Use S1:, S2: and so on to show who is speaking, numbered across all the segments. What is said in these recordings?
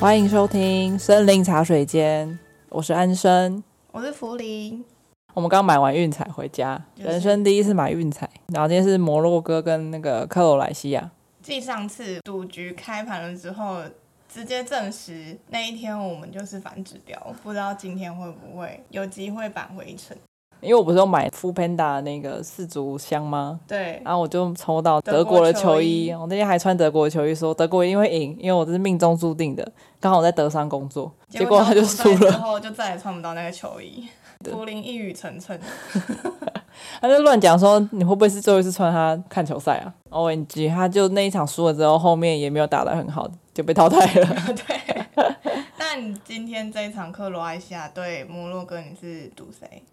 S1: 欢迎收听森林茶水间，我是安生。
S2: 我是福林，
S1: 我们刚买完运彩回家，
S2: 就是
S1: 人生第一次买运彩。然后今天是摩洛哥跟那个克罗莱西亚，
S2: 继上次赌局开盘了之后，直接证实那一天我们就是反指标，不知道今天会不会有机会扳回一城。
S1: 因为我不是有买 f o o Panda 那个四足箱吗？
S2: 对，
S1: 然后我就抽到
S2: 德
S1: 德
S2: 国
S1: 国的球
S2: 球衣
S1: 衣，哦我那天还穿德国的球衣，说德国一定会赢，因为我这是命中注定的。刚好我在德商工作，结果他就输
S2: 结果到比赛之
S1: 了，
S2: 后就再也穿不到那个球 衣。福林一语成谶，
S1: 他就乱讲说你会不会是最后一次穿它看球赛啊？O N G，他就那一场输了之后，后面也没有打得很好，就被淘汰了。
S2: 对。那你今天这一场克罗埃西亚对摩洛哥，你是赌谁？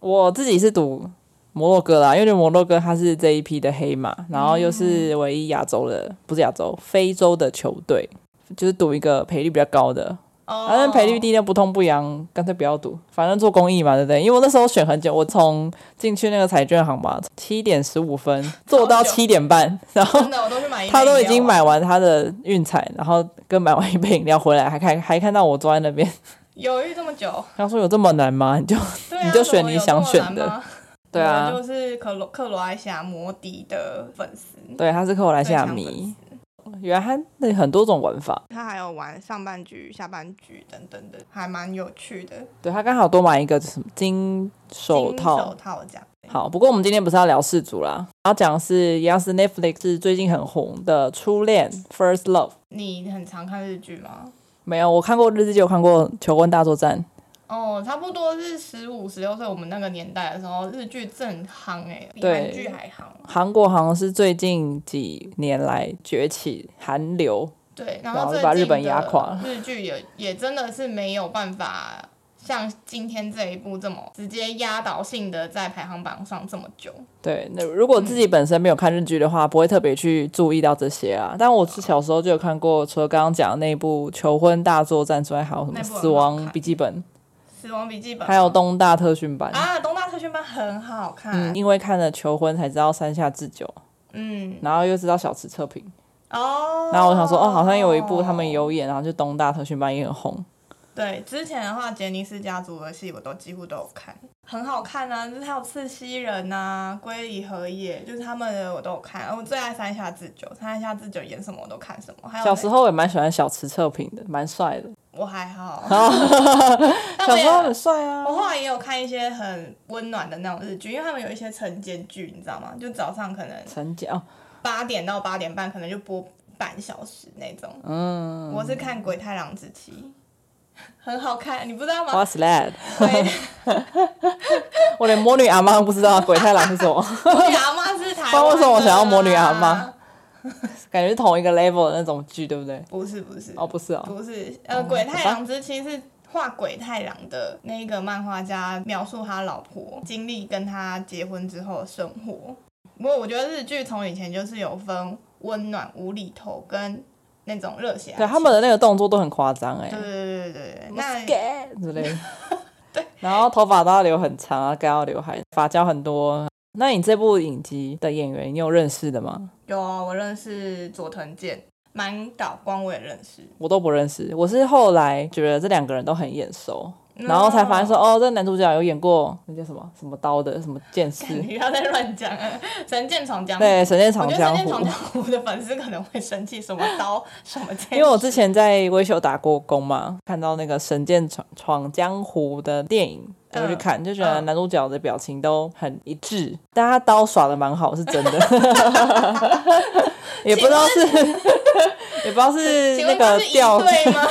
S1: 我自己是赌摩洛哥啦，因为摩洛哥它是这一批的黑马，然后又是唯一亚洲的，不是亚洲，非洲的球队，就是赌一个赔率比较高的。
S2: 哦
S1: 反正赔率低的不痛不痒，干脆不要赌，反正做公益嘛，对不对？因为我那时候选很久，我从进去那个彩券行吧，七点十五分做到七点半， 然后
S2: 真的我都去买一杯饮料
S1: 他
S2: 啊，
S1: 都已经买完他的运彩，然后跟买完一杯饮料回来，还看还看到我坐在那边，
S2: 犹豫这么久，
S1: 他说有这么难吗？你就
S2: 对啊，
S1: 你就选你想选的
S2: 怎么有这么难吗。
S1: 对啊
S2: 我就是克罗克罗埃西亚摩迪的粉丝，
S1: 对，他是克罗来西亚
S2: 非常
S1: 迷，原来他那很多种玩法，
S2: 他还有玩上半局、下半局等等的，还蛮有趣的。
S1: 对他刚好多买一个什么金手
S2: 金
S1: 套。
S2: 手套这样。
S1: 好，不过我们今天不是要聊世足啦，要讲的是一样是 Netflix 是最近很红的《初恋》（First Love）。
S2: 你很常看日剧吗？
S1: 没有，我看过日剧，有看过《求婚大作战》。
S2: 哦，差不多是十五、十六岁我们那个年代的时候，日剧正夯哎、比
S1: 对
S2: 韩剧还夯。啊
S1: 韩国好像是最近几年来崛起韩流，
S2: 对，然
S1: 然后
S2: 后
S1: 就
S2: 最
S1: 把日
S2: 近
S1: 本
S2: 的
S1: 压垮
S2: 日剧也也真的是没有办法像今天这一部这么直接压倒性的在排行榜上这么久。
S1: 对，那如果自己本身没有看日剧的话，不会特别去注意到这些啊。但我是小时候就有看过，除了刚刚讲的那部《求婚大作战》之外，还有什么
S2: 那
S1: 《
S2: 部很好
S1: 死亡
S2: 看
S1: 笔记本
S2: 《死亡笔记》本》，
S1: 还有《东大特训班》
S2: 啊，东大特训班很好看
S1: 嗯，。因为看了《求婚》才知道山下智久，
S2: 嗯，
S1: 然后又知道小池测评。
S2: 哦。
S1: 然后我想说，哦，好像有一部他们有演，然后就《东大特训班》也很红。
S2: 对，之前的话，杰尼斯家族的戏我都几乎都有看，很好看啊，就是还有刺西人呐、龟梨和也，就是他们的我都有看。哦我最爱山下智久，山下智久演什么我都看什么。还有
S1: 小
S2: 那
S1: 时候也蛮喜欢小池测评的，蛮帅的。
S2: 我还 好，但
S1: 小
S2: 我
S1: 时候
S2: 也
S1: 很帅啊
S2: 我。后来也有看一些很温暖的那种日剧，因为他们有一些晨间剧，你知道吗？就早上可能
S1: 陈姐 哦，
S2: 八点到八点半，可能就播半小时那种。嗯，我是看《鬼太郎之妻》，很好看，你不知道吗？
S1: What's that？
S2: 对。
S1: 我连魔女阿妈都不知道鬼太郎是什么，
S2: 魔女阿妈是台湾的啊，
S1: 不知道为什么我想要魔女阿嬷感觉是同一个 level 的那种剧，对不对？
S2: 不是不是
S1: 哦，不是哦，
S2: 不是，呃，鬼太郎之妻是画鬼太郎的那个漫画家描述他老婆经历跟他结婚之后的生活。不过我觉得日剧从以前就是有分温暖无厘头跟那种热血爱情，
S1: 对，他们的那个动作都很夸张哎
S2: 对对对对对，那
S1: Scared 之 类的。然后头发都要留很长啊，盖到刘海，发胶很多。那你这部影集的演员，你有认识的吗？
S2: 有我认识佐藤健、满岛光，我也认识，
S1: 我都不认识，我是后来觉得这两个人都很眼熟，
S2: 嗯
S1: 然后才发现说，哦，这男主角有演过那叫什么什么刀的什么剑士，
S2: 干，你不要再乱讲了，神剑闯江湖。
S1: 对，《神剑
S2: 我
S1: 闯
S2: 觉得《
S1: 江
S2: 神
S1: 湖
S2: 剑》闯江湖》的粉丝可能会生气，什么刀什么剑，
S1: 因为我之前在微秀打过工嘛，看到那个《神剑闯闯江湖》的电影，我就去看，就觉得
S2: 嗯
S1: 男主角的表情都很一致，但他刀耍的蛮好，是真的。 也不知道是，也不知道是
S2: 请
S1: 那
S2: 问他
S1: 个
S2: 是一
S1: 调，
S2: 对吗？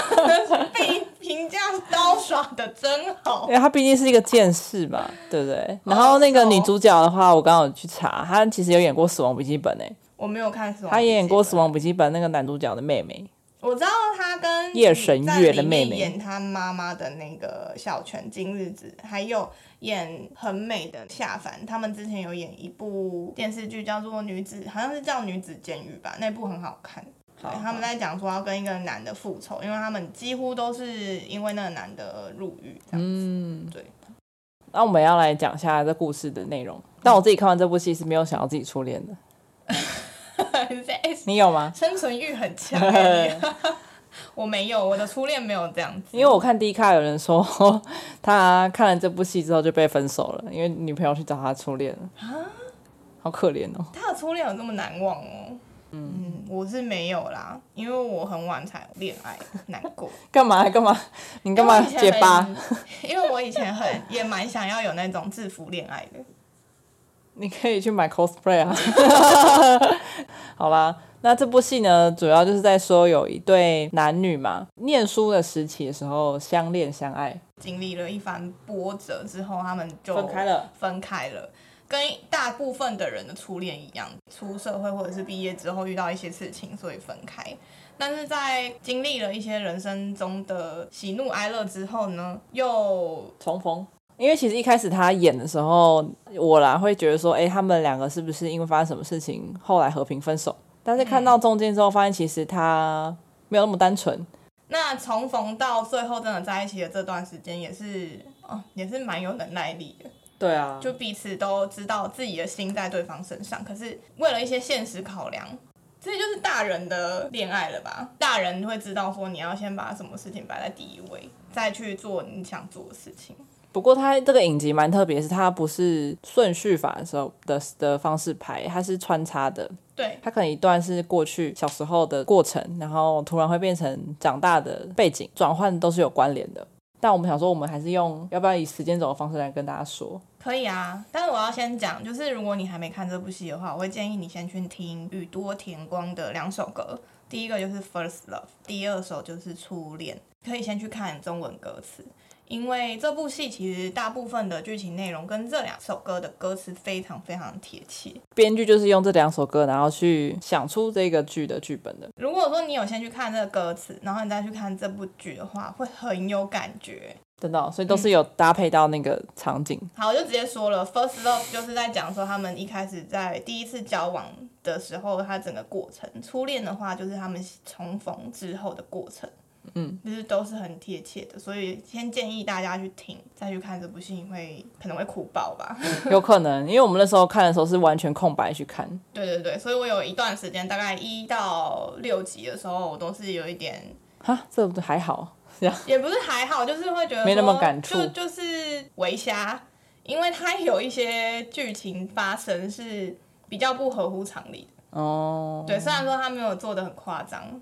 S2: 被评价刀耍的真好
S1: 因，为他毕竟是一个剑士嘛，对不对？然后那个
S2: 是哦
S1: 女主角的话，我刚好去查，她其实有演过《死亡笔记本》诶，
S2: 我没有看《死亡》，
S1: 她也演过《死，亡笔记本》那个男主角的妹妹，
S2: 我知道他跟
S1: 夜神月的妹妹
S2: 在里面演他妈妈的那个小泉今日子，还有演很美的下凡，他们之前有演一部电视剧叫做《女子》，好像是叫《女子监狱》吧，那部很好看。对，他们在讲说要跟一个男的复仇，因为他们几乎都是因为那个男的而入狱这样子。
S1: 嗯，
S2: 对。
S1: 那我们要来讲一下这故事的内容。但我自己看完这部戏是没有想要自己初恋的，
S2: 哎
S1: 你有吗？
S2: 生存欲很强、欸，我没有，我的初恋没有这样子，
S1: 因为我看 D 卡有人说 他看了这部戏之后就被分手了，因为女朋友去找他初恋了好可怜哦。
S2: 他的初恋有那么难忘哦。嗯，我是没有啦，因为我很晚才恋爱，难过。
S1: 干嘛干嘛？你 干嘛
S2: 因为我以前
S1: 结巴？
S2: 很？因为我以前很也蛮想要有那种制服恋爱的。
S1: 你可以去买 cosplay 啊。 好啦，那这部戏呢，主要就是在说有一对男女嘛，念书的时期的时候相恋相爱，
S2: 经历了一番波折之后，他们就
S1: 分开了，
S2: 分开了。跟大部分的人的初恋一样，出社会或者是毕业之后遇到一些事情，所以分开。但是在经历了一些人生中的喜怒哀乐之后呢，又
S1: 重逢。因为其实一开始他演的时候，我啦会觉得说，哎，他们两个是不是因为发生什么事情，后来和平分手？但是看到中间之后，发现其实他没有那么单纯，
S2: 那重逢到最后真的在一起的这段时间，也是哦，也是蛮有忍耐力的。
S1: 对啊，
S2: 就彼此都知道自己的心在对方身上，可是为了一些现实考量，这就是大人的恋爱了吧？大人会知道说你要先把什么事情摆在第一位，再去做你想做的事情。
S1: 不过它这个影集蛮特别，是它不是顺序法的时候的的方式排，它是穿插的。
S2: 对
S1: 它可能一段是过去小时候的过程，然后突然会变成长大的背景，转换都是有关联的。但我们想说，我们还是用要不要以时间轴的方式来跟大家说？
S2: 可以啊，但是我要先讲，就是如果你还没看这部戏的话，我会建议你先去听宇多田光的两首歌，第一个就是《First Love》，第二首就是《初恋》，可以先去看中文歌词，因为这部戏其实大部分的剧情内容跟这两首歌的歌词非常非常贴切。
S1: 编剧就是用这两首歌，然后去想出这个剧的剧本的。
S2: 如果说你有先去看这个歌词，然后你再去看这部剧的话，会很有感觉。
S1: 真的哦、所以都是有搭配到那个场景。
S2: 好，我就直接说了，first love 就是在讲说他们一开始在第一次交往的时候，他整个过程；初恋的话，就是他们重逢之后的过程。
S1: 嗯，
S2: 就是都是很贴切的，所以先建议大家去听，再去看这部戏，你会可能会哭爆吧。
S1: 有可能，因为我们那时候看的时候是完全空白去看，
S2: 对对对，所以我有一段时间，大概一到六集的时候，我都是有一点
S1: 哈，这不还好，
S2: 也不是还好，就是会觉得
S1: 没那么
S2: 说
S1: 感触
S2: 就就是微瞎，因为它有一些剧情发生是比较不合乎常理的。
S1: 哦，
S2: 对，虽然说它没有做的很夸张，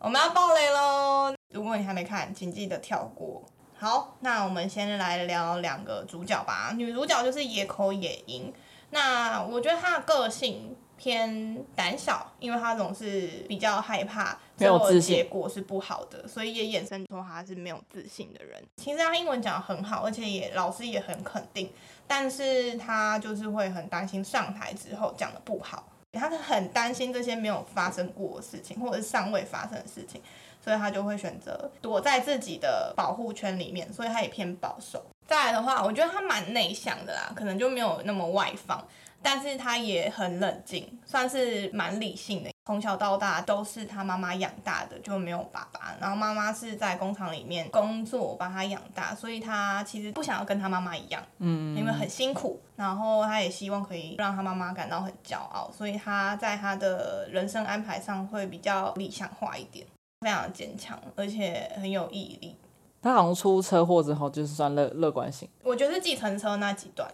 S2: 我们要爆雷喽！如果你还没看，请记得跳过。好，那我们先来聊两个主角吧。女主角就是野口野樱，那我觉得她的个性偏胆小，因为她总是比较害怕，
S1: 没有自信
S2: 结果是不好的，所以也衍生出她是没有自信的人。其实她英文讲得很好，而且也老师也很肯定，但是她就是会很担心上台之后讲的不好，她是很担心这些没有发生过的事情，或者是尚未发生的事情。所以他就会选择躲在自己的保护圈里面，所以他也偏保守。再来的话，我觉得他蛮内向的啦，可能就没有那么外放，但是他也很冷静，算是蛮理性的。从小到大都是他妈妈养大的，就没有爸爸。然后妈妈是在工厂里面工作，把他养大，所以他其实不想要跟他妈妈一样，嗯，因为很辛苦。然后他也希望可以让他妈妈感到很骄傲，所以他在他的人生安排上会比较理想化一点。非常坚强，而且很有毅力。
S1: 他好像出车祸之后就是算乐乐观型，
S2: 我觉得是计程车那几段，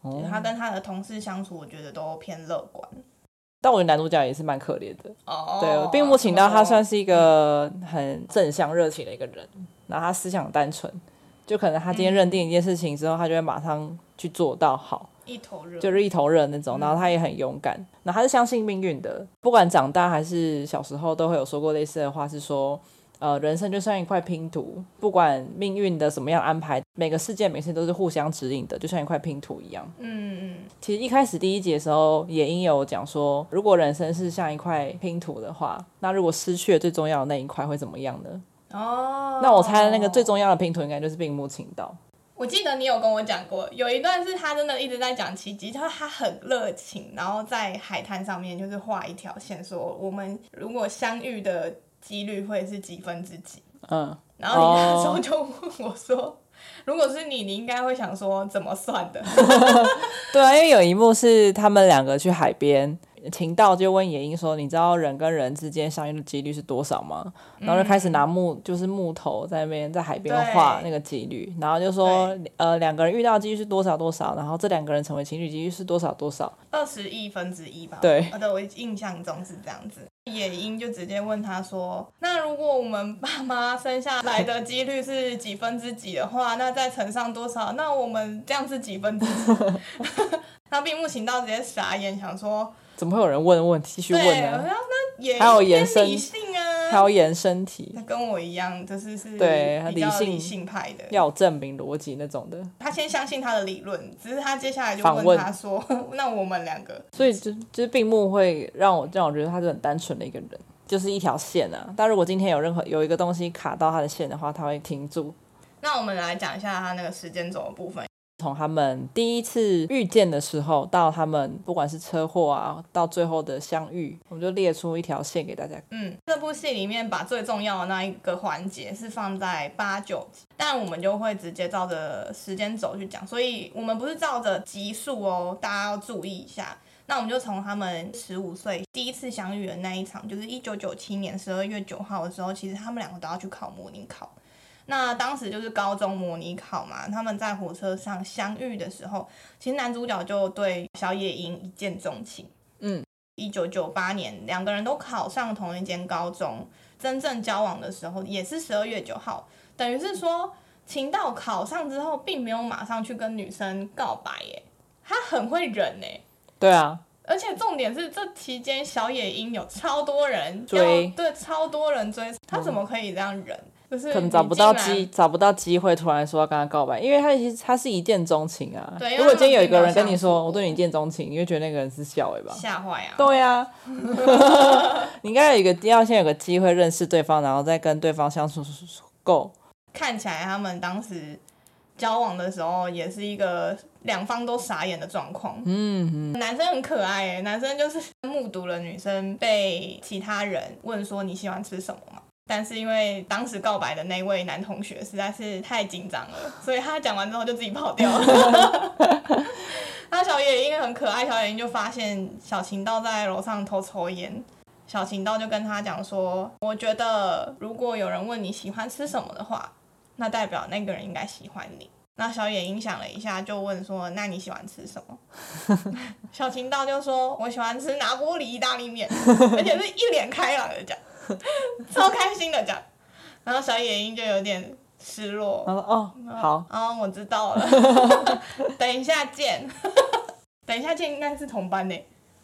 S1: 哦
S2: 他跟他的同事相处，我觉得都偏乐观。
S1: 但我觉得男主角也是蛮可怜的，
S2: 哦，
S1: 对，我并不请到他算
S2: 是
S1: 是一个很正向热情的一个人，然后他思想单纯，就可能他
S2: 嗯
S1: 今天认定一件事情之后，他就会马上去做到好，
S2: 一头热，
S1: 就是一头热那
S2: 嗯
S1: 种，然后他也很勇敢，然后他是相信命运的，不管长大还是小时候，都会有说过类似的话，是说。呃，人生就像一块拼图，不管命运的什么样安排，每个事件每次都是互相指引的，就像一块拼图一样。
S2: 嗯嗯，
S1: 其实一开始第一集的时候，也应有讲说，如果人生是像一块拼图的话，那如果失去了最重要的那一块会怎么样呢？
S2: 哦，
S1: 那我猜那个最，重要的拼图应该就是病木青道。
S2: 我记得你有跟我讲过，有一段是他真的一直在讲奇迹，他他很热情，然后在海滩上面就是画一条线，说我们如果相遇的几率会是几分之几。
S1: 嗯，
S2: 然后你那
S1: 哦
S2: 时候就问我说如果是你，你应该会想说怎么算的？
S1: 对啊，因为有一幕是他们两个去海边，情道就问野樱说：“你知道人跟人之间相遇的几率是多少吗？”然后就开始拿木，就是木头在那边在海边
S2: 对
S1: 画那个几率，然后就说：“呃，两个人遇到的几率是多少多少，然后这两个人成为情侣几率是多少多少。
S2: 二十亿分之一吧。
S1: 对
S2: 啊，对我印象中是这样子。野樱就直接问他说：“那如果我们爸妈生下来的几率是几分之几的话，那再乘上多少？那我们这样是几分之几？” 那闭目行道直接傻眼，想说：“
S1: 怎么会有人问问继续
S2: 对，
S1: 问
S2: 然后
S1: 呢？
S2: 那野樱
S1: 还有
S2: 偏
S1: 延伸
S2: 理性啊，
S1: 还要延伸题，
S2: 他跟我一样，就是是
S1: 对他
S2: 比较
S1: 理性
S2: 理性派的。
S1: 要有证明逻辑那种的。
S2: 他先相信他的理论，只是他接下来就
S1: 反
S2: 问
S1: 问
S2: 他说：“ 那我们两个
S1: 所以就就是病目会让我让我觉得他是很单纯的一个人，就是一条线啊。但如果今天有任何有一个东西卡到他的线的话，他会停住。
S2: 那我们来讲一下他那个时间轴的部分。
S1: 从他们第一次遇见的时候，到他们不管是车祸啊，到最后的相遇，我们就列出一条线给大家。
S2: 嗯，这部戏里面把最重要的那一个环节是放在八九集，但我们就会直接照着时间轴去讲，所以我们不是照着集数哦，大家要注意一下。那我们就从他们十五岁第一次相遇的那一场，就是一九九七年十二月九号的时候，其实他们两个都要去考模拟考。那当时就是高中模拟考嘛，他们在火车上相遇的时候，其实男主角就对小野樱一见钟情。一九九八年，两个人都考上同一间高中，真正交往的时候也是十二月九号，等于是说秦道考上之后，并没有马上去跟女生告白，耶，他很会忍哎，
S1: 对啊，
S2: 而且重点是这期间小野樱有超多人
S1: 追
S2: 要对，超多人追，他怎么可以这样忍？就是
S1: 可能找不到
S2: 你竟然
S1: 机，找不到机会，突然说要跟他告白，因为他其实他是一见钟情啊。
S2: 对因为
S1: 如果今天有一个人跟你
S2: 他们并没有相
S1: 说
S2: 处
S1: 我对你一见钟情，你会觉得那个人是小 尾巴。
S2: 吓坏啊！
S1: 对呀、 你应该有一个要先有个机会认识对方，然后再跟对方相处够。
S2: 看起来他们当时交往的时候，也是一个两方都傻眼的状况。嗯男生很可爱耶，男生就是目睹了女生被其他人问说你喜欢吃什么嘛。但是因为当时告白的那位男同学实在是太紧张了，所以他讲完之后就自己跑掉了。那小野樱很可爱，小野樱就发现小晴道在楼上偷抽烟，小晴道就跟他讲说：“我觉得如果有人问你喜欢吃什么的话，那代表那个人应该喜欢你。”那小野樱想了一下，就问说：“那你喜欢吃什么？” 小晴道就说：“我喜欢吃拿玻里意大利面，而且是一脸开朗的讲， 超开心的讲。”然后小野樱就有点失落，
S1: 他说：“哦，好，
S2: 哦，我知道了， 等一下见， 等一下见应该是同班呢。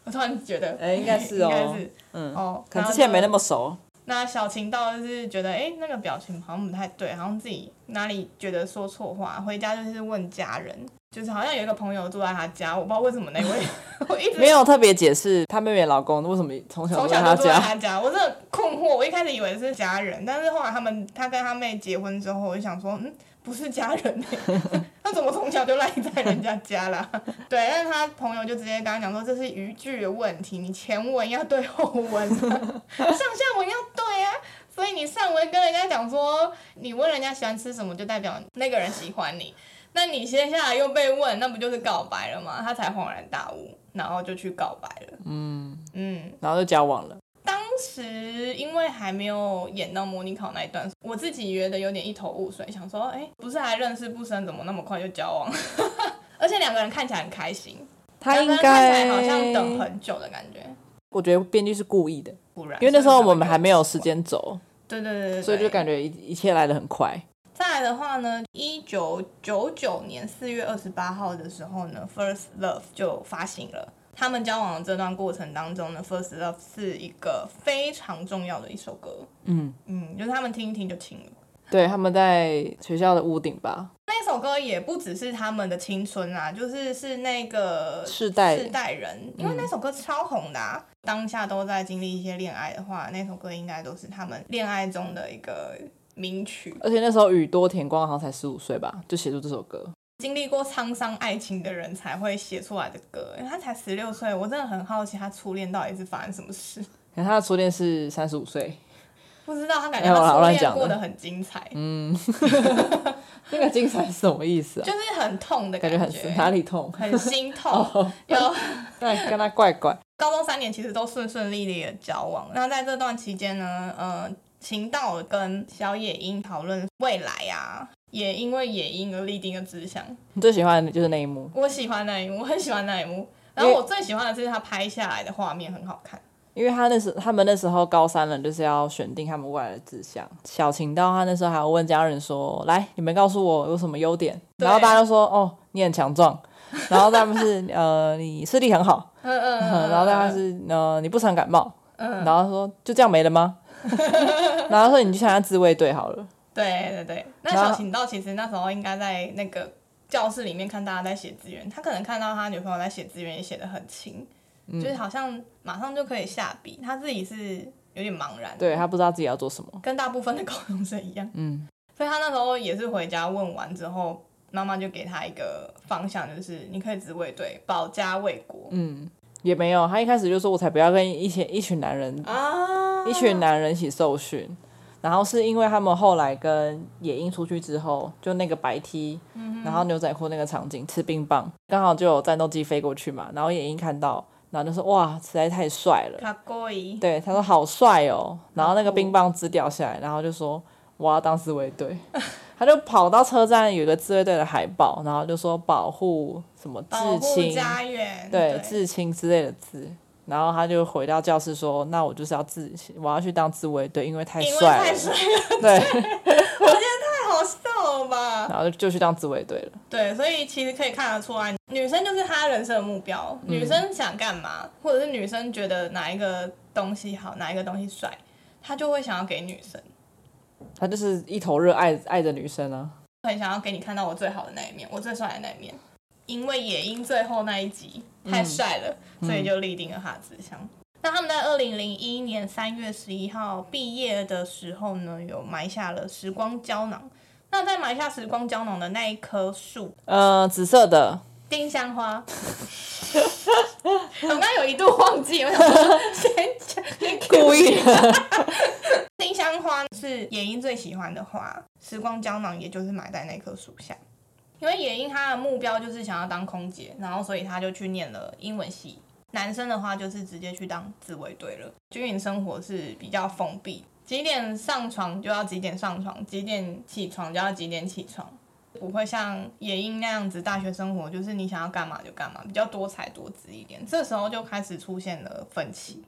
S2: 我突然觉得，
S1: 哎应该是哦
S2: 应该是，
S1: 嗯
S2: 哦，
S1: 可能之前没那
S2: 么。
S1: 么熟。
S2: 那小晴道就是觉得，哎、那个表情好像不太对，好像自己哪里觉得说错话，回家就是问家人，就是好像有一个朋友住在他家，我不知道为什么那位， 我一 直
S1: 没有特别解释她妹妹的老公为什么 从小
S2: 从
S1: 住在
S2: 小
S1: 她
S2: 就住在
S1: 家。
S2: 他家，我真的困惑。我一开始以为是家人，但是后来他们他跟他妹结婚之后，我就想说，嗯，不是家人、欸， 他怎么从小就赖在人家家啦？ 对，但是他朋友就直接跟他讲说，这是语句的问题，你前文要对后文、啊 上下文要对啊。所以你上文跟人家讲说，你问人家喜欢吃什么，就代表那个人喜欢你。那你接下来又被问，那不就是告白了吗？他才恍然大悟，然后就去告白了。嗯嗯，
S1: 然后就交往了。
S2: 当时因为还没有演到模拟考那一段，我自己觉得有点一头雾水，想说，哎、不是还认识不深，怎么那么快就交往？ 而且两个人看起来很开心，
S1: 她应
S2: 两个人看起
S1: 该
S2: 来好像等很久的感觉，
S1: 我觉得编剧是故意的，
S2: 不然
S1: 因为那时候我们还没有时，间走，
S2: 对对对对，
S1: 所以就
S2: 对
S1: 感觉一一切来的很快。
S2: 再来的话呢，一九九九年四月二十八号的时候呢，《First Love》就发行了。他们交往的这段过程当中呢，《First Love》是一个非常重要的一首歌。
S1: 嗯
S2: 嗯，就是他们听一听就听了。
S1: 对，他们在学校的屋顶吧，
S2: 那首歌也不只是他们的青春啊，就是是那个
S1: 世代嗯
S2: 世代人，因为那首歌超红的、啊，当下都在经历一些恋爱的话，那首歌应该都是他们恋爱中的一个名曲。
S1: 而且那时候宇多田光好像才十五岁吧，就写出这首歌。
S2: 经历过沧桑爱情的人才会写出来的歌，因为他才十六岁，我真的很好奇他初恋到底是发生什么事，
S1: 可能他的初恋是三十五岁，
S2: 不知道他感觉
S1: 没有啦
S2: 他初
S1: 哎乱嗯
S2: 恋
S1: 讲的
S2: 过得很精彩，
S1: 嗯， 那个精彩是什么意思啊？
S2: 就是很痛的
S1: 感觉
S2: 觉，
S1: 很哪里痛？
S2: 很心痛。
S1: 哦，
S2: 有
S1: 那跟他怪怪，
S2: 高中三年其实都顺顺利利的交往。那在这段期间呢，呃，秦道跟小野樱讨论未来啊，也因为野樱而立定了志向。
S1: 你最喜欢的就是那一幕，
S2: 我喜欢那一幕，我很喜欢那一幕。然后我最喜欢的是他拍下来的画面很好看。
S1: 因为他那时他们那时候高三了，就是要选定他们未来的志向。小晴到他那时候还要问家人说：“来，你们告诉我有什么优点？”
S2: 对
S1: 然后大家都说：“哦，你很强壮。”然后他们是呃，你视力很好，
S2: 嗯嗯 嗯，
S1: 然后大家是呃，你不常感冒，
S2: 嗯，
S1: 然后说就这样没了吗？ 然后说你去参加自卫队好了。
S2: 对对对。那
S1: 然后
S2: 小晴道其实那时候应该在那个教室里面看大家在写资源，他可能看到他女朋友在写资源也写的很勤，就是好像马上就可以下笔，他自己是有点茫然。
S1: 对他不知道自己要做什么，
S2: 跟大部分的 高中生一样。
S1: 嗯，
S2: 所以他那时候也是回家问完之后，妈妈就给他一个方向，就是你可以自卫队保家卫国、
S1: 嗯，也没有。他一开始就说：“我才不要跟一些一群男人
S2: 啊
S1: 一群男人一起受训，然后是因为他们后来跟野樱出去之后，就那个白 T，、然
S2: 嗯
S1: 后牛仔裤那个场景吃冰棒，刚好就有战斗机飞过去嘛，然后野樱看到，然后就说哇，实在太帅了，
S2: 卡过伊，
S1: 对，他说好帅哦，然后那个
S2: 好酷
S1: 冰棒只掉下来，然后就说我要当自卫 队，他就跑到车站有一个自卫队的海报，然后就说保护什么
S2: 保
S1: 至
S2: 护
S1: 亲，啊
S2: 家园，
S1: 对
S2: 对，
S1: 至亲之类的字。然后他就回到教室说：“那我就是要自，我要去当自卫队，因为太
S2: 因为
S1: 帅
S2: 太
S1: 了。
S2: 帅了，
S1: 对，
S2: 太好笑了吧？
S1: 然后就去当自卫队了。
S2: 对，所以其实可以看得出来，女生就是她人生的目标，
S1: 嗯
S2: 女生想干嘛，或者是女生觉得哪一个东西好，哪一个东西帅，她就会想要给女生，
S1: 他就是一头热爱爱着女生啊。
S2: 很想要给你看到我最好的那一面，我最帅的那一面。因为野樱最后那一集太帅了，所以就立定了他的志向。那他们在二零零一年三月十一号毕业的时候呢，有埋下了时光胶囊。那在埋下时光胶囊的那一棵树
S1: 呃，紫色的，
S2: 丁香花。我刚刚有一度忘记，我想说先讲，先 Q
S1: 故意的。
S2: 丁香花是野樱最喜欢的花，时光胶囊也就是埋在那棵树下。因为野樱她的目标就是想要当空姐，然后所以她就去念了英文系。男生的话就是直接去当自卫队了，军营生活是比较封闭，几点上床就要几点上床，几点起床就要几点起床，不会像野樱那样子大学生活，就是你想要干嘛就干嘛，比较多才多姿一点。这时候就开始出现了分歧，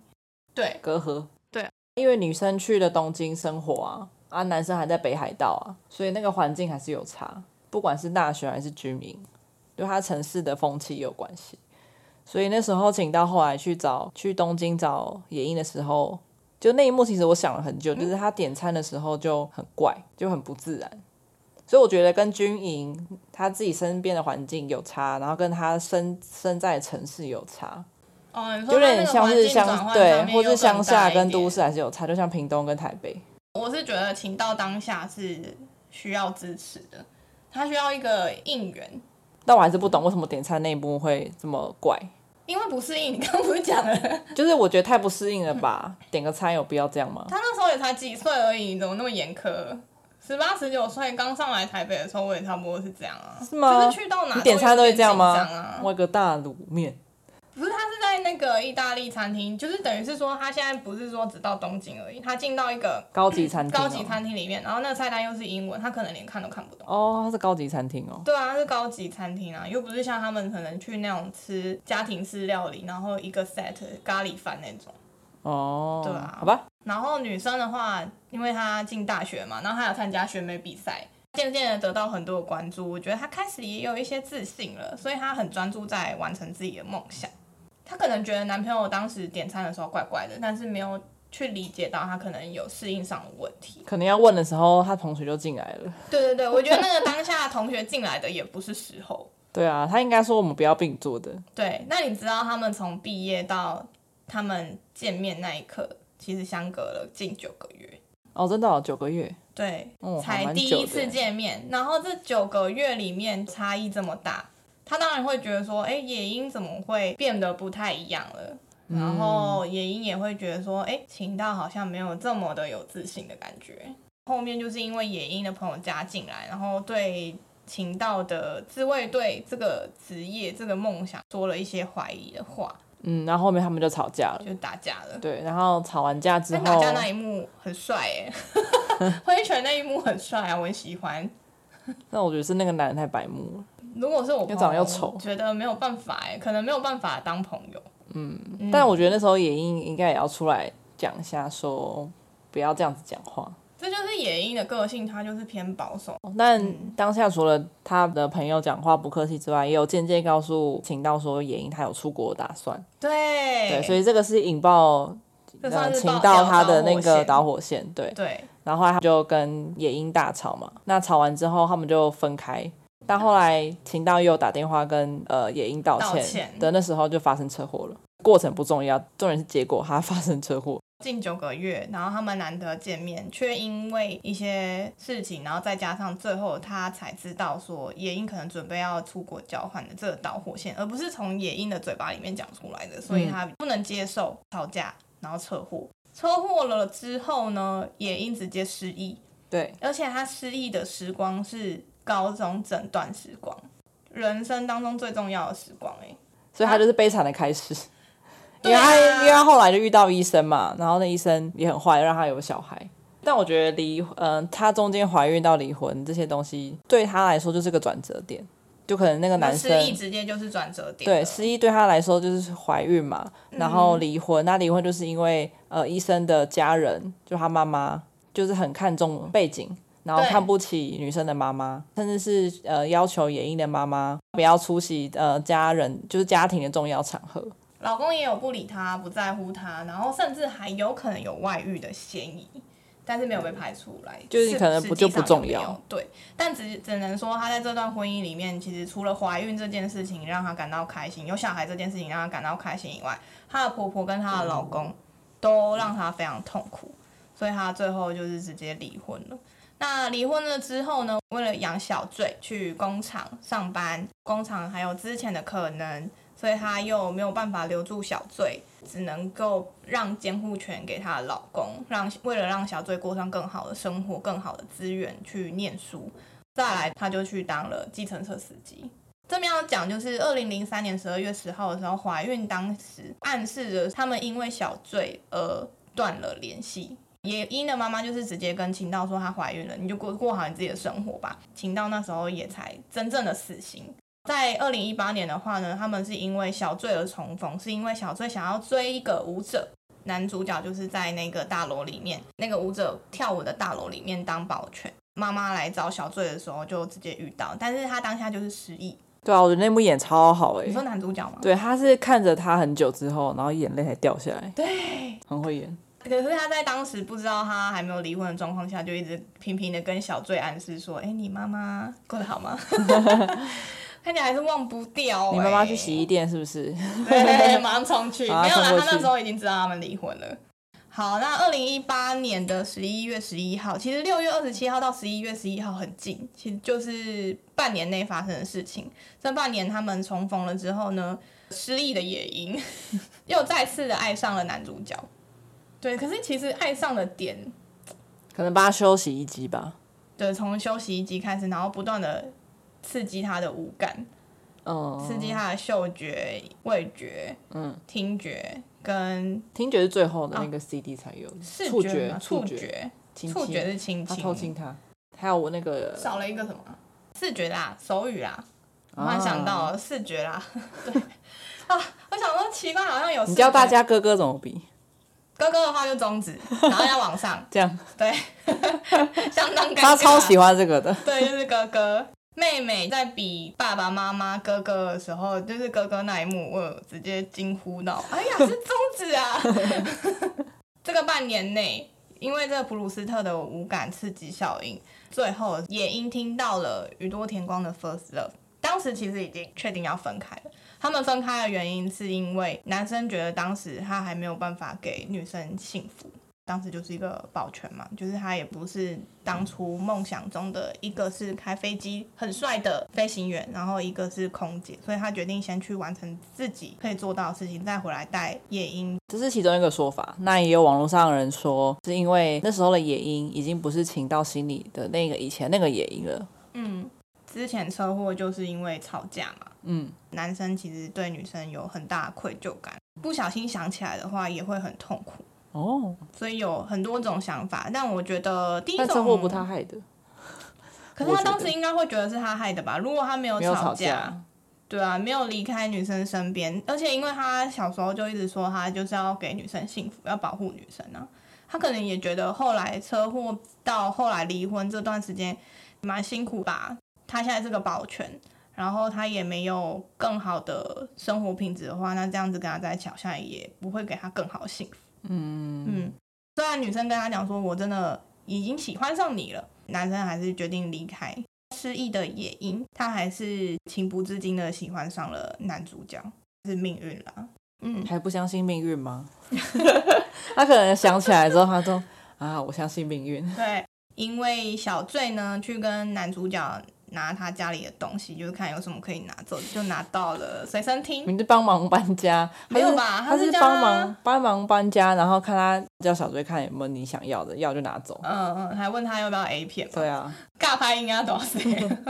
S2: 对，
S1: 隔阂。
S2: 对，
S1: 因为女生去了东京生活啊，啊，男生还在北海道啊，所以那个环境还是有差，不管是大学还是军营，对他城市的风气也有关系。所以那时候请到后来去找去东京找野樱的时候，就那一幕其实我想了很久，就是他点餐的时候就很怪，就很不自然。所以我觉得跟军营他自己身边的环境有差，然后跟他身身在的城市有差。
S2: 哦，你说
S1: 有
S2: 它
S1: 点
S2: 那个
S1: 像
S2: 环
S1: 是
S2: 境转
S1: 乡
S2: 换
S1: 对
S2: 上，面
S1: 或
S2: 又
S1: 是
S2: 更
S1: 乡
S2: 大
S1: 下
S2: 一
S1: 跟
S2: 点
S1: 都。市还是有差，就像屏东跟台北。
S2: 我是觉得情到当下是需要支持的，他需要一个应援，
S1: 但我还是不懂为什么点餐那一幕会这么怪，
S2: 因为不适应，你刚刚不是讲了，
S1: 就是我觉得太不适应了吧？点个餐有必要这样吗？
S2: 他那时候也才几岁而已，你怎么那么严苛？十八十九岁刚上来台北的时候，我也差不多是这样啊。
S1: 是吗
S2: 就是去到哪
S1: 你点餐都
S2: 有
S1: 会
S2: 点
S1: 这样吗
S2: 紧张啊？
S1: 我有个大卤面，
S2: 不是，他是在那个意大利餐厅，就是等于是说，他现在不是说只到东京而已，他进到一个
S1: 高级餐厅、哦，
S2: 高级餐厅里面，然后那个菜单又是英文，他可能连看都看不懂。
S1: 哦，它是高级餐厅哦。
S2: 对啊，是高级餐厅啊，又不是像他们可能去那种吃家庭式料理，然后一个 set 咖喱饭那种。
S1: 哦，
S2: 对啊
S1: 好吧，
S2: 然后女生的话，因为她进大学嘛，然后她有参加选美比赛，渐渐的得到很多的关注。我觉得她开始也有一些自信了，所以她很专注在完成自己的梦想。她可能觉得男朋友当时点餐的时候怪怪的，但是没有去理解到她可能有适应上的问题。
S1: 可能要问的时候，他同学就进来了。
S2: 对对 对，我觉得那个当下同学进来的也不是时候。
S1: 对啊，他应该说我们不要并坐的。
S2: 对，那你知道他们从毕业到他们见面那一刻，其实相隔了近九个月，
S1: 哦，真的、哦，九个月，
S2: 对，
S1: 哦还
S2: 才
S1: 蛮
S2: 第
S1: 久
S2: 一
S1: 的
S2: 次
S1: 耶
S2: 见面。然后这九个月里面差异这么大，他当然会觉得说，哎，野樱怎么会变得不太一样了？
S1: 嗯
S2: 然后野樱也会觉得说，哎，秦道好像没有这么的有自信的感觉。后面就是因为野鹰的朋友加进来，然后对秦道的自卫队这个职业、这个梦想说了一些怀疑的话，
S1: 嗯，然后后面他们就吵架了。
S2: 就打架了。
S1: 对，然后吵完架之
S2: 但
S1: 后，
S2: 打架那一幕很帅哎、欸， 挥拳那一幕很帅啊，我很喜欢。
S1: 那我觉得是那个男人太白目了。
S2: 如果是我朋友，
S1: 又长得又丑
S2: 我觉得没有办法哎、可能没有办法当朋友。嗯
S1: 但我觉得那时候也应应该也要出来讲一下说不要这样子讲话。
S2: 这就是野鹰的个性，他就是偏保守。嗯
S1: 但当下除了他的朋友讲话不客气之外，也有间接告诉秦道说野英他有出国打算。
S2: 对，
S1: 对，所以这个是引爆
S2: 这
S1: 呃
S2: 算是
S1: 秦
S2: 爆
S1: 道他的那个
S2: 导
S1: 导火线。对，
S2: 对，
S1: 然后后来他就跟野英大吵嘛。那吵完之后，他们就分开。但后来秦道又打电话跟呃野英道
S2: 道
S1: 歉
S2: 歉
S1: 的，那时候就发生车祸了。过程不重要，重点是结果，他发生车祸。
S2: 近九个月，然后他们难得见面，却因为一些事情，然后再加上最后他才知道说野樱可能准备要出国交换的这个导火线，而不是从野樱的嘴巴里面讲出
S1: 嗯
S2: 来的，所以他不能接受吵架，然后车祸。车祸了之后呢，野樱直接失忆，
S1: 对，
S2: 而且他失忆的时光是高中整段时光，人生当中最重要的时光、欸，
S1: 所以他就是悲惨的开始。 因
S2: 对
S1: 为
S2: 啊
S1: 他、因为他后来就遇到医生嘛，然后那医生也很坏，让他有小孩。但我觉得离嗯、她中间怀孕到离婚这些东西，对她来说就是个转折点，就可能那个男生
S2: 失忆直接就是转折点了，
S1: 对失忆对她来说就是怀孕嘛，然
S2: 嗯
S1: 后离婚。那离婚就是因为呃医生的家人，就她妈妈，就是很看重背景，然后
S2: 对
S1: 看不起女生的妈妈，甚至是呃要求演艺的妈妈不要出席呃家人就是家庭的重要场合。
S2: 老公也有不理她、不在乎她，然后甚至还有可能有外遇的嫌疑，但是没有被排除来，
S1: 就是可能不
S2: 实际上
S1: 就不重
S2: 有
S1: 要
S2: 没有。对，但只只能说她在这段婚姻里面，其实除了怀孕这件事情让她感到开心，有小孩这件事情让她感到开心以外，她的婆婆跟她的老公都让她非常痛苦，所以她最后就是直接离婚了。那离婚了之后呢？为了养小坠，去工厂上班，工厂还有之前的可能，所以她又没有办法留住小坠，只能够让监护权给她的老公，让为了让小坠过上更好的生活、更好的资源去念书。再来，她就去当了计程车司机。这边要讲就是二零零三年十二月十号的时候，怀孕当时暗示着他们因为小坠而断了联系。也因的妈妈就是直接跟秦道说她怀孕了，你就过过好你自己的生活吧。秦道那时候也才真正的死心。在二零一八年的话呢，他们是因为小醉而重逢，是因为小醉想要追一个舞者，男主角就是在那个大楼里面，那个舞者跳舞的大楼里面当保全。妈妈来找小醉的时候就直接遇到，但是他当下就是失忆。
S1: 对啊，我觉得那幕演超好哎、
S2: 你说男主角吗？
S1: 对，他是看着他很久之后，然后眼泪才掉下来，
S2: 对，
S1: 很会演。
S2: 可是他在当时不知道他还没有离婚的状况下，就一直频频的跟小醉暗示说：“哎、你妈妈过得好吗？” 看起来还是忘不 掉、欸
S1: 你妈妈去洗衣店是不是？
S2: 衣，对， 马上冲去。
S1: 好
S2: 没有
S1: 冲
S2: 啦，
S1: 过
S2: 他那
S1: 去
S2: 时候已经知道他们离婚了。好，那二零一八年的十一月十一号，其实六月二十七号到十一月十一号很近，其实就是半年内发生的事情。这半年他们重逢了之后呢，失忆的野樱又再次的爱上了男主角。对，可是其实爱上的点
S1: 可能帮他修洗衣机吧。
S2: 对，从休息一集开始，然后不断的刺激他的五感，
S1: 嗯，
S2: 刺激他的嗅觉、味觉、嗯，听觉跟
S1: 听觉是最后的那个 CD 才有的，
S2: 啊视
S1: 触
S2: 觉
S1: 觉、
S2: 嘛、
S1: 触
S2: 触
S1: 觉、
S2: 觉、
S1: 亲
S2: 触觉
S1: 亲，
S2: 是亲
S1: 他
S2: 亲，
S1: 偷亲他，还有我那个
S2: 少了一个什么？视觉啦，手语啦，
S1: 啊
S2: 我突然想到了视觉啦， 对啊，我想说奇怪，好像有
S1: 你
S2: 视
S1: 教大
S2: 觉
S1: 家哥哥怎么比？
S2: 哥哥的话就中指，然后要往上，
S1: 这 样，
S2: 对，相当尴尬。
S1: 他超喜欢这个的。
S2: 对，就是哥哥。妹妹在比爸爸妈妈、哥哥的时候，就是哥哥那一幕，我有直接惊呼到：“ 哎呀，是中指啊！” 这个半年内，因为这个普鲁斯特的无感刺激效应，最后也因听到了宇多田光的《First Love》。当时其实已经确定要分开了。他们分开的原因是因为男生觉得当时他还没有办法给女生幸福，当时就是一个保全嘛，就是他也不是当初梦想中的一个是开飞机很帅的飞行员，然后一个是空姐，所以他决定先去完成自己可以做到的事情，再回来带夜鹰。
S1: 这是其中一个说法。那也有网络上的人说，是因为那时候的野鹰已经不是情到心里的那个以前那个野鹰了。
S2: 嗯，之前车祸就是因为吵架嘛，
S1: 嗯，
S2: 男生其实对女生有很大的愧疚感，不小心想起来的话也会很痛苦。
S1: 哦，
S2: 所以有很多种想法，但我觉得第一
S1: 但
S2: 种
S1: 车祸不他害的，
S2: 可是
S1: 我觉得
S2: 他当时应该会觉得是他害的吧？如果他没有
S1: 没有
S2: 吵
S1: 吵架。
S2: 对啊，没有离开女生身边，而且因为他小时候就一直说他就是要给女生幸福，要保护女生啊。他可能也觉得后来车祸到后来离婚这段时间蛮辛苦吧。他现在是个保全，然后他也没有更好的生活品质的话，那这样子跟他在一起好像也不会给他更好的幸福。
S1: 嗯，
S2: 嗯，虽然女生跟他讲说我真的已经喜欢上你了，男生还是决定离开。失忆的野樱，他还是情不自禁的喜欢上了男主角，是命运啦。嗯，
S1: 还不相信命运吗？ 他可能想起来之后，他说啊，我相信命运。
S2: 对，因为小醉呢去跟男主角拿他家里的东西，就是看有什么可以拿走，就拿到了随身听。
S1: 你是帮忙搬家，
S2: 没有
S1: 他是
S2: 吧
S1: 他
S2: 他是
S1: 是
S2: 叫
S1: 帮
S2: 他
S1: 忙帮忙搬家，然后看他叫小追看有没有你想要的，要就拿 走。
S2: 嗯嗯，还问他要不要 A 片，
S1: 对啊，
S2: 尬拍应该要多少钱？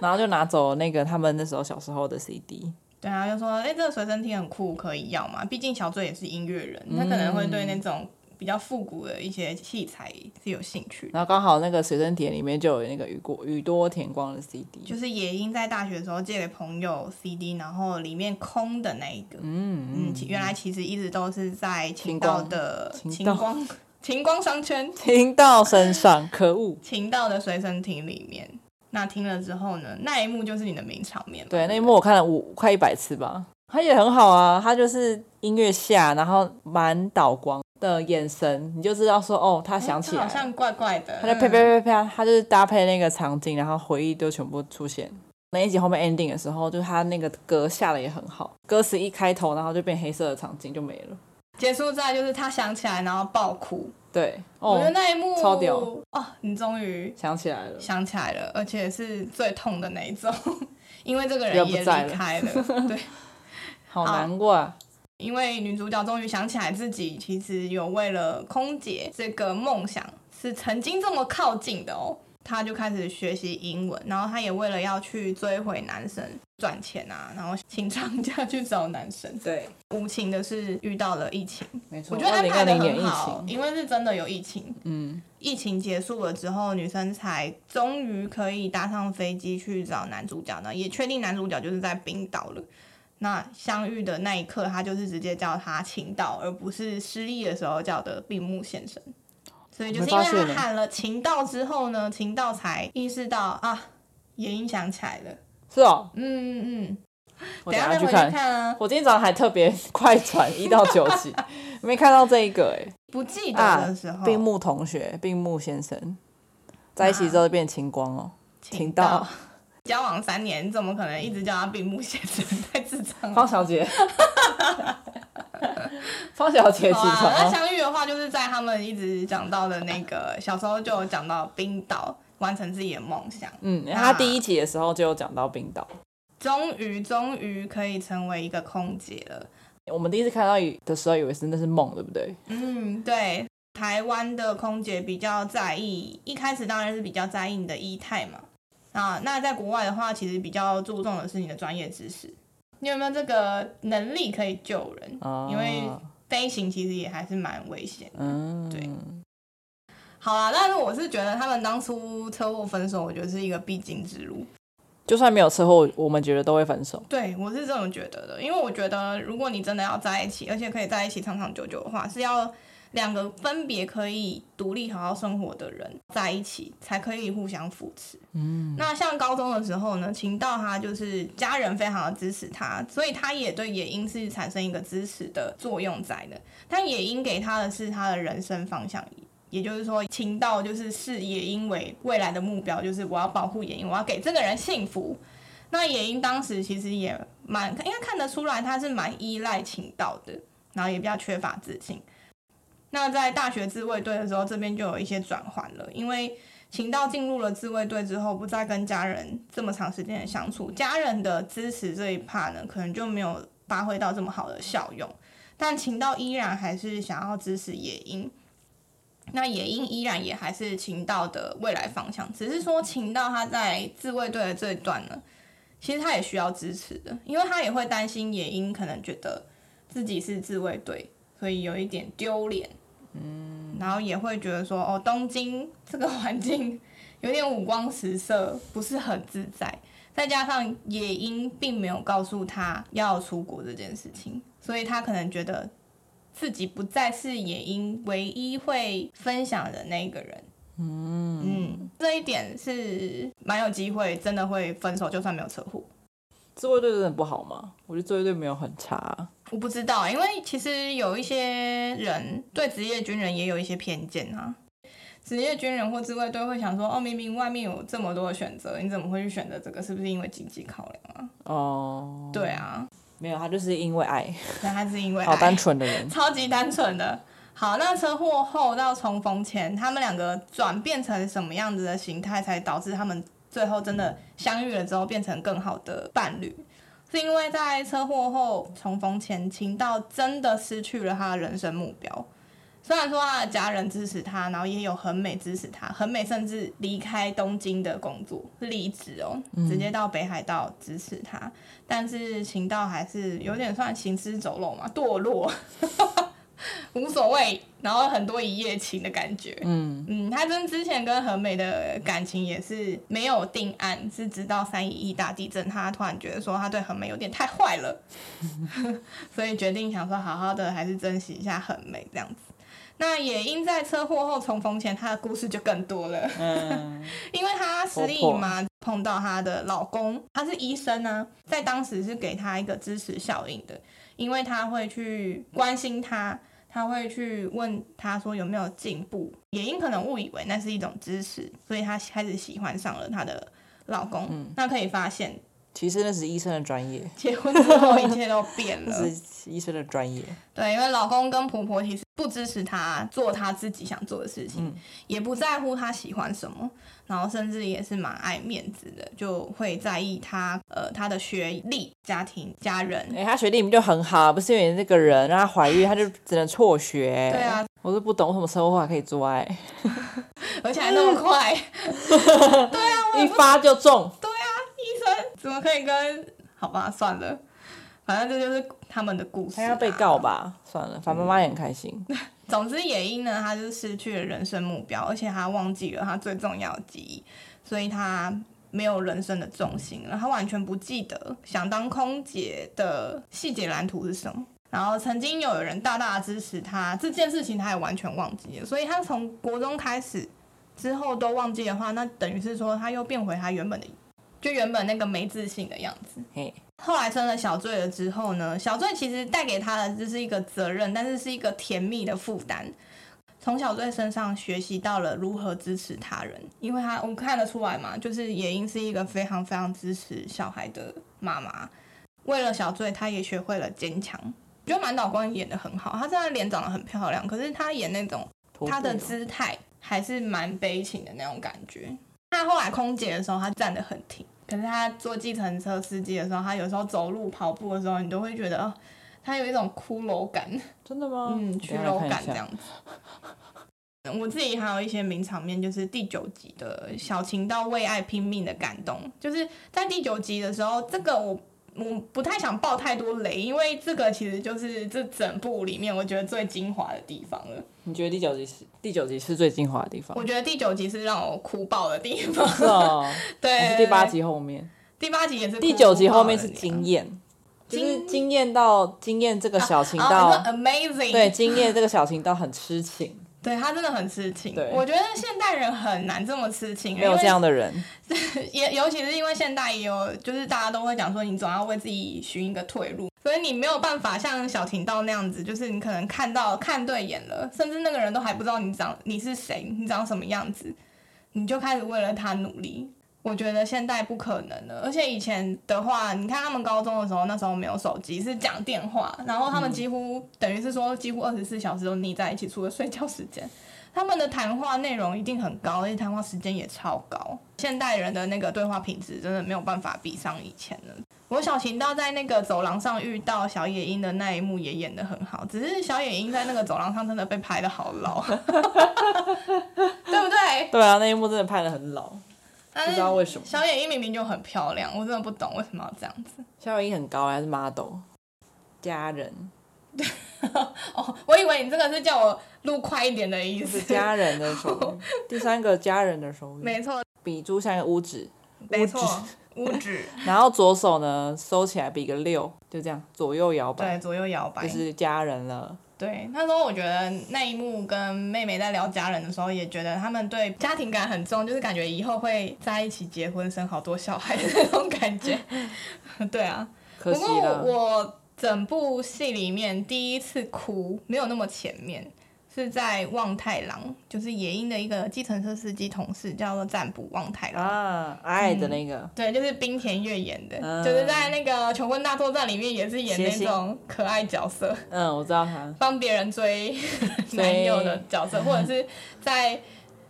S1: 然后就拿走那个他们那时候小时候的 CD。
S2: 对啊，就说哎、诶这个随身听很酷，可以要嘛？毕竟小醉也是音乐人，他可能会对那种比较复古的一些器材是有兴趣的。
S1: 然后刚好那个随身碟里面就有那个雨过雨多田光的 CD，
S2: 就是野樱在大学的时候借给朋友 CD，然后里面空的那一个，嗯嗯，其原来其实一直都是在情道的
S1: 情
S2: 情
S1: 道
S2: 光情光商圈
S1: 听到身上，可恶！
S2: 情道的随身听里面。那听了之后呢，那一幕就是你的名场面嘛。
S1: 对，那一幕我看了五快一百次吧，他也很好啊，他就是音乐下，然后满岛光的眼神，你就知道说哦，他想起
S2: 这
S1: 来
S2: 好
S1: 了，
S2: 像怪怪的，
S1: 他就
S2: 嗯
S1: 啪啪啪啪，他就是搭配那个场景，然后回忆都全部出现。那一集后面 ending 的时候，就是他那个歌下的也很好，歌词一开头，然后就变黑色的场景就没了。
S2: 结束在就是他想起来然后爆哭，
S1: 对，
S2: 我觉得
S1: 哦，
S2: 那一幕
S1: 超屌
S2: 哦！你终于
S1: 想起来了，
S2: 想起来了，而且是最痛的那一种， 因为这个
S1: 人
S2: 人
S1: 不
S2: 也离
S1: 在了
S2: 开了。 对，
S1: 好
S2: 好
S1: 难过啊。
S2: 因为女主角终于想起来自己其实有为了空姐这个梦想是曾经这么靠近的哦。她就开始学习英文，然后她也为了要去追回男生赚钱啊，然后请长假去找男生。
S1: 对，
S2: 无情的是遇到了疫情，
S1: 没错。
S2: 我觉得
S1: 二
S2: 安
S1: 零
S2: 排
S1: 二
S2: 的
S1: 零年
S2: 很
S1: 疫
S2: 好，
S1: 情，
S2: 因为是真的有疫情，
S1: 嗯，
S2: 疫情结束了之后，女生才终于可以搭上飞机去找男主角呢，也确定男主角就是在冰岛了。那相遇的那一刻，他就是直接叫他秦道，而不是失忆的时候叫的闭目先生。所以就是因
S1: 我
S2: 为
S1: 没
S2: 他
S1: 发现
S2: 喊了秦道之后呢，秦道才意识到啊，也影响起来了。
S1: 是哦，
S2: 嗯嗯嗯，
S1: 我
S2: 等一
S1: 等下
S2: 下再
S1: 去
S2: 回去
S1: 看。
S2: 看啊。
S1: 我今天早上还特别 快转一到九集，没看到这一个 哎、
S2: 不记得
S1: 啊
S2: 的时候，
S1: 病木同学，病木先生在
S2: 啊
S1: 一起之后就变晴光哦，
S2: 秦
S1: 请到
S2: 交往三年，你怎么可能一直叫他闭目先生？太智障了。
S1: 嗯方小姐，方小姐起
S2: 好啊，那
S1: 床，
S2: 相遇的话，就是在他们一直讲到的那个小时候就有讲到冰岛，完成自己的梦想，
S1: 嗯，
S2: 那
S1: 他第一集的时候就有讲到冰岛，
S2: 终于终于可以成为一个空姐了。
S1: 我们第一次看到的时候以为是那是梦，对不对？
S2: 嗯，对，台湾的空姐比较在意，一开始当然是比较在意你的仪态嘛。啊，那在国外的话，其实比较注重的是你的专业知识，你有没有这个能力可以救人？
S1: 啊，
S2: 因为飞行其实也还是蛮危险的。
S1: 嗯，
S2: 对好啦，但是我是觉得他们当初车祸分手，我觉得是一个必经之路。
S1: 就算没有车祸，我们觉得都会分手。
S2: 对，我是这么觉得的，因为我觉得如果你真的要在一起，而且可以在一起长长久久的话，是要两个分别可以独立好好生活的人在一起，才可以互相扶持。嗯，那像高中的时候呢，秦道他就是家人非常的支持他，所以他也对野樱是产生一个支持的作用在的。但野樱给他的是他的人生方向。也就是说，秦道就是视野樱为未来的目标，就是我要保护野樱，我要给这个人幸福。那野樱当时其实也蛮，应该看得出来他是蛮依赖情道的，然后也比较缺乏自信。那在大学自卫队的时候，这边就有一些转换了，因为秦道进入了自卫队之后，不再跟家人这么长时间的相处，家人的支持这一 part 呢，可能就没有发挥到这么好的效用。但秦道依然还是想要支持野樱，那野樱依然也还是秦道的未来方向，只是说秦道他在自卫队的这一段呢，其实他也需要支持的，因为他也会担心野樱可能觉得自己是自卫队，所以有一点丢脸，嗯，然后也会觉得说哦，东京这个环境有点五光十色，不是很自在。再加上野樱并没有告诉他要出国这件事情，所以他可能觉得自己不再是野樱唯一会分享的那一个人。嗯这一点是蛮有机会，真的会分手，就算没有车祸。
S1: 自卫队真的不好吗？我觉得自卫队没有很差。
S2: 我不知道，因为其实有一些人对职业军人也有一些偏见啊。职业军人或自卫队会想说，哦，明明外面有这么多的选择，你怎么会去选择这个？是不是因为经济考量啊？
S1: 哦，
S2: 对啊，
S1: 没有，他就是因为爱，
S2: 但他是因为
S1: 好
S2: 爱
S1: 单纯的人。
S2: 超级单纯的。好，那车祸后到重逢前，他们两个转变成什么样子的形态，才导致他们最后真的相遇了之后变成更好的伴侣？是因为在车祸后重逢前，秦道真的失去了他的人生目标。虽然说他的家人支持他，然后也有很美支持他，很美甚至离开东京的工作，离职哦，直接到北海道支持他。但是秦道还是有点算行尸走肉嘛，堕落。 无所谓，然后很多一夜情的感觉。
S1: 嗯，
S2: 嗯，他跟之前跟和美的感情也是没有定案，是直到三一一大地震，他突然觉得说他对和美有点太坏了，所以决定想说好好的还是珍惜一下和美这样子。那也因在车祸后重逢前，他的故事就更多了。
S1: 嗯，
S2: 因为她失忆嘛，碰到啊她的老公，他是医生啊，在当时是给她一个支持效应的，因为他会去关心她，他会去问她说有没有进步，也因可能误以为那是一种支持，所以她开始喜欢上了她的老公。那可以发现，
S1: 其实那是医生的专业，
S2: 结婚之后一切都变
S1: 那
S2: 了。
S1: 是医生的专业。
S2: 对，因为老公跟婆婆其实不支持她做她自己想做的事
S1: 嗯
S2: 情，也不在乎她喜欢什么，然后甚至也是蛮爱面子的，就会在意她呃她的学历、家庭、家人。
S1: 哎、他学历明明就很好，不是因为那个人让他怀孕，他就只能辍学。
S2: 对啊，
S1: 我是不懂为什么车祸还可以做爱，
S2: 而且还那么快，
S1: 一发就中。
S2: 医生怎么可以跟？好吧，算了，反正这就是他们的故事、啊
S1: 他要被告。吧？算了，反正妈妈也很开心。
S2: 总之，野樱呢，她就失去了人生目标，而且她忘记了她最重要的记忆，所以她没有人生的重心了。她完全不记得想当空姐的细节蓝图是什么。然后曾经有人大大的支持她这件事情，她也完全忘记了。所以她从国中开始之后都忘记的话，那等于是说她又变回她原本的，就原本那个没自信的样子。
S1: 嘿，
S2: 后来生了小醉了之后呢，小醉其实带给他的就是一个责任，但是是一个甜蜜的负担。从小醉身上学习到了如何支持他人，因为他我看得出来嘛，就是野英是一个非常非常支持小孩的妈妈。为了小醉，她也学会了坚强。我觉得满岛光演的很好，她虽然脸长得很漂亮，可是她演那种
S1: 徒
S2: 她的
S1: 步
S2: 姿态还是蛮悲情的那种感觉。她后来空姐的时候，她站得很挺，可是她做计程车司机的时候，她有时候走路、跑步的时候，你都会觉得哦，她有一种骷髅感，
S1: 真的吗？
S2: 嗯，
S1: 哦等一
S2: 骷
S1: 下来
S2: 髅
S1: 看一
S2: 感
S1: 下
S2: 这样子。我自己还有一些名场面，就是第九集的小情到为爱拼命的感动，就是在第九集的时候，这个我我不太想爆太多雷，因为这个其实就是这整部里面我觉得最精华的地方了。
S1: 你觉得第九集是第九集是最精华的地方
S2: 我？觉得第九集是让我哭爆的地方，
S1: 是哦，我
S2: 对，
S1: 是第八，集后面，
S2: 第八集也是哭
S1: 第九集后面是
S2: 爆的地方哦
S1: 惊艳，就是
S2: 惊
S1: 惊艳到惊艳这个小情
S2: 啊
S1: 到，
S2: 你说 amazing，
S1: 对，惊艳这个小情到很痴情，
S2: 对他真的很痴情
S1: 对。
S2: 我觉得现代人很难这么痴情，
S1: 没有这样的人，
S2: 因为，也尤其是因为现代也有，就是大家都会讲说，你总要为自己寻一个退路，所以你没有办法像小婷到那样子，就是你可能看到看对眼了，甚至那个人都还不知道你长你是谁，你长什么样子，你就开始为了他努力。我觉得现在不可能了，而且以前的话，你看他们高中的时候，那时候没有手机，是讲电话，然后他们几乎、等于是说几乎二十四小时都腻在一起，除了睡觉时间，他们的谈话内容一定很高，而且谈话时间也超高。现代人的那个对话品质真的没有办法比上以前了。我小行道在那个走廊上遇到小野樱的那一幕也演得很好，只是小野樱在那个走廊上真的被拍的好老， 对不对？
S1: 对啊，那一幕真的拍的很老，
S2: 但
S1: 不
S2: 是
S1: 知道为什么。
S2: 小野樱明明就很漂亮，我真的不懂为什么要这样子。
S1: 夏威夷很高，还是 model 家 人，
S2: 哦，我以为你这个是叫我录快一点的意
S1: 就是
S2: 思。
S1: 家人的 手语，第三个家人的手语，
S2: 没错，
S1: 比猪像一个屋子，
S2: 没错，五指，
S1: 然后左手呢收起来比个六，就这样左右摇摆，
S2: 对，左右摇摆
S1: 就。是家人了。
S2: 对，那时候我觉得那一幕跟妹妹在聊家人的时候，也觉得他们对家庭感很重，就是感觉以后会在一起结婚生好多小孩的那种感觉。 对啊，
S1: 可
S2: 不
S1: 惜
S2: 过
S1: 了，
S2: 我整部戏里面第一次哭没有那么前面，是在望太郎，就是野樱的一个计程车司机同事，叫做占卜望太郎。
S1: 啊，爱的那个，
S2: 对，就是冰田月演的，
S1: 嗯
S2: 就是在那个《求婚大作战》里面也是演
S1: 谐
S2: 那
S1: 星
S2: 种可爱角色，
S1: 嗯，我知道他，
S2: 帮别 人追 男友的角色，或者是在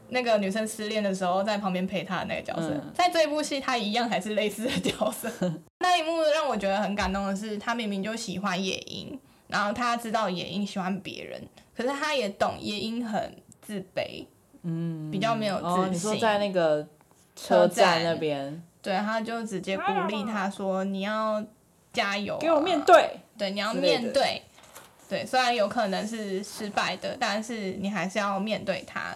S2: 那个女生失恋的时候在旁边陪她的那个角色，
S1: 嗯
S2: 在这一部戏她一样还是类似的角 色。那一幕让我觉得很感动的是，她明明就喜欢野樱，然后她知道野樱喜欢别人，可是她也懂野樱很自卑，嗯，比较没有
S1: 哦，
S2: 自
S1: 你说
S2: 信。
S1: 在那个
S2: 车
S1: 车
S2: 站
S1: 站那边，
S2: 对，她就直接鼓励她说：“你要加油、啊
S1: 给我面。对，”
S2: 对，你要
S1: 之类的
S2: 面对。对，虽然有可能是失败的，但是你还是要面对它，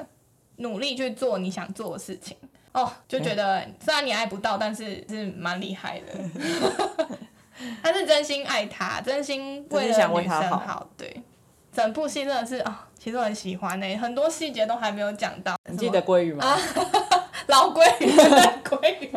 S2: 努力去做你想做的事情。哦，就觉得 虽然你爱不到，但是是蛮厉害的。 他是真心爱他，真心为
S1: 真心
S2: 了
S1: 想为
S2: 女
S1: 她
S2: 生
S1: 好
S2: 好。对，整部戏真的是啊、其实我很喜欢呢、很多细节都还没有讲到。
S1: 你记得鲑鱼
S2: 啊
S1: 吗？
S2: 老龟鱼、嫩龟鱼，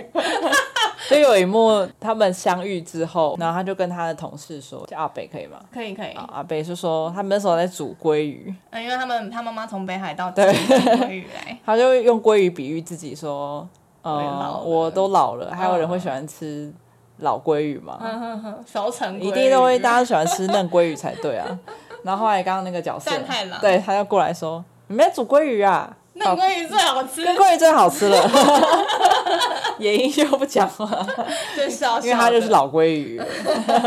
S1: 就有一幕他们相遇之后，然后他就跟他的同事说，叫阿北可以吗？
S2: 可以可以
S1: 啊，阿北就说他们那时候在煮鲑鱼，
S2: 嗯，因为他们他妈妈从北海道寄鲑鱼来，
S1: 他就用鲑鱼比喻自己说，
S2: 我也
S1: 呃
S2: 老了，
S1: 我都老了，还有人会喜欢吃老鲑鱼
S2: 嗯
S1: 吗？
S2: 熟成鲑鱼
S1: 一定都会，大家喜欢吃嫩鲑鱼才对啊。 然后后来刚刚那个角色
S2: 赞太郎，
S1: 对，他就过来说，你们在煮鲑鱼啊？
S2: 嫩鲑鱼最好吃，
S1: 好鲑鱼最好吃 了。野英又不讲话，
S2: 最笑笑的，
S1: 因为他就是老鲑鱼，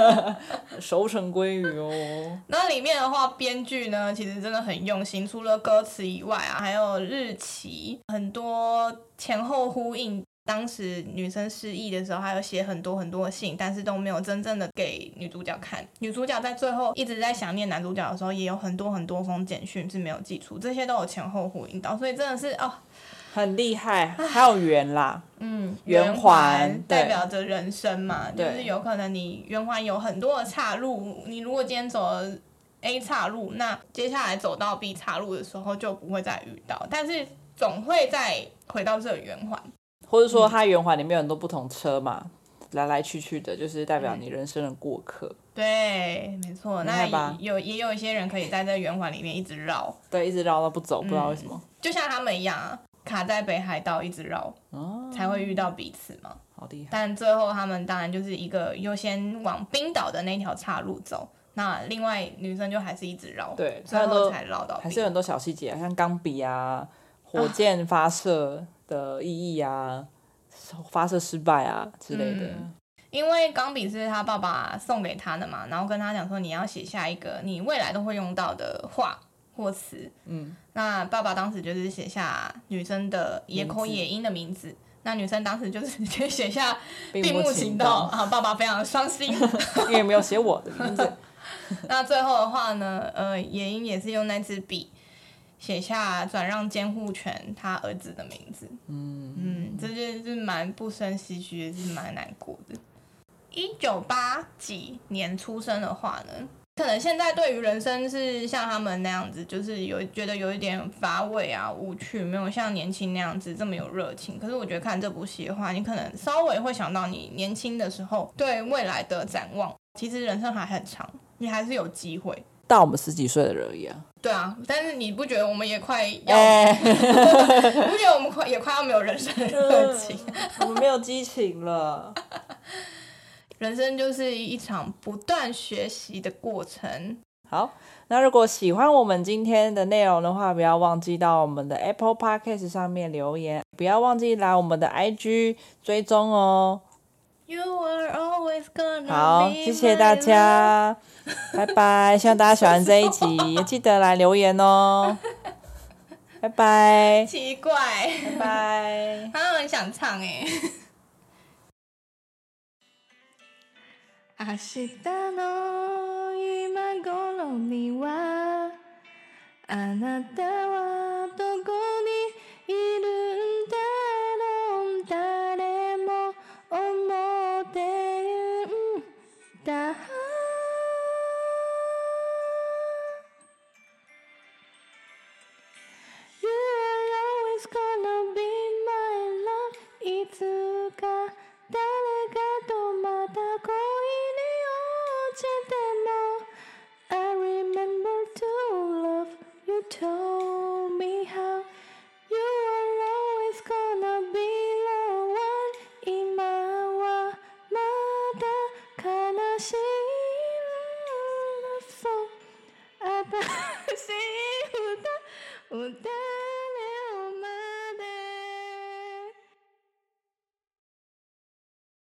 S1: 熟成鲑鱼哦。
S2: 那里面的话，编剧呢其实真的很用心，除了歌词以外啊，还有日期，很多前后呼应。当时女生失忆的时候，还有写很多很多的信，但是都没有真正的给女主角看。女主角在最后一直在想念男主角的时候，也有很多很多封简讯是没有寄出，这些都有前后呼应到，所以真的是哦，
S1: 很厉害，还有圆啦，
S2: 嗯，
S1: 圆环对
S2: 代表着人生嘛，就
S1: 对
S2: 是有可能你圆环有很多的岔路，你如果今天走了 A 岔路，那接下来走到 B 岔路的时候就不会再遇到，但是总会再回到这个圆环。
S1: 或者说它圆环里面有很多不同车嘛，来来去去的，就是代表你人生的过客。
S2: 对，没错。
S1: 厉
S2: 那
S1: 害吧
S2: 有也有一些人可以在这个圆环里面一直绕，
S1: 对，一直绕到不走，不知道为什么，
S2: 就像他们一样啊，卡在北海道一直绕，才会遇到彼此嘛。
S1: 哦好厉害。
S2: 但最后他们当然就是一个优先往冰岛的那条岔路走，那另外女生就还是一直绕，
S1: 对
S2: 最
S1: 他们
S2: 后
S1: 都
S2: 才绕到
S1: 还是有
S2: 冰
S1: 很多小细节，像钢笔啊、火箭发射的意义啊、发射失败啊之类的。
S2: 嗯因为钢笔是他爸爸送给他的嘛，然后跟他讲说你要写下一个你未来都会用到的话或词，
S1: 嗯，
S2: 那爸爸当时就是写下女生的野口
S1: 名字
S2: 野樱的名字。那女生当时就是直接写下
S1: 并
S2: 目
S1: 不
S2: 情
S1: 情
S2: 到啊，爸爸非常伤心。
S1: 动，因为没有写我的 名字。
S2: 那最后的话呢，呃，野英也是用那支笔写下转让监护权他儿子的名字。嗯嗯，这就是蛮不生唏嘘，也是蛮难过的。一九八几年出生的话呢，可能现在对于人生是像他们那样子，就是有觉得有一点乏味啊、无趣，没有像年轻那样子这么有热情。可是我觉得看这部戏的话，你可能稍微会想到你年轻的时候对未来的展望，其实人生还很长，你还是有机会。
S1: 大我们十几岁的人而已啊。
S2: 对啊，但是你不觉得我们也快要，
S1: 哎、
S2: 你 不觉得我们快也快要没有人生的热情？
S1: 我们没有激情了。
S2: 人生就是一场不断学习的过程。
S1: 好，那如果喜欢我们今天的内容的话，不要忘记到我们的 Apple Podcast 上面留言，不要忘记来我们的 IG 追踪哦。
S2: You are always gonna
S1: 好，
S2: be
S1: 谢谢大
S2: my
S1: 家，拜拜！希望大家喜欢这一集，也记得来留言哦。拜拜
S2: love。，奇怪，
S1: 拜拜。
S2: 他很想唱哎。明日の今頃にはあなたは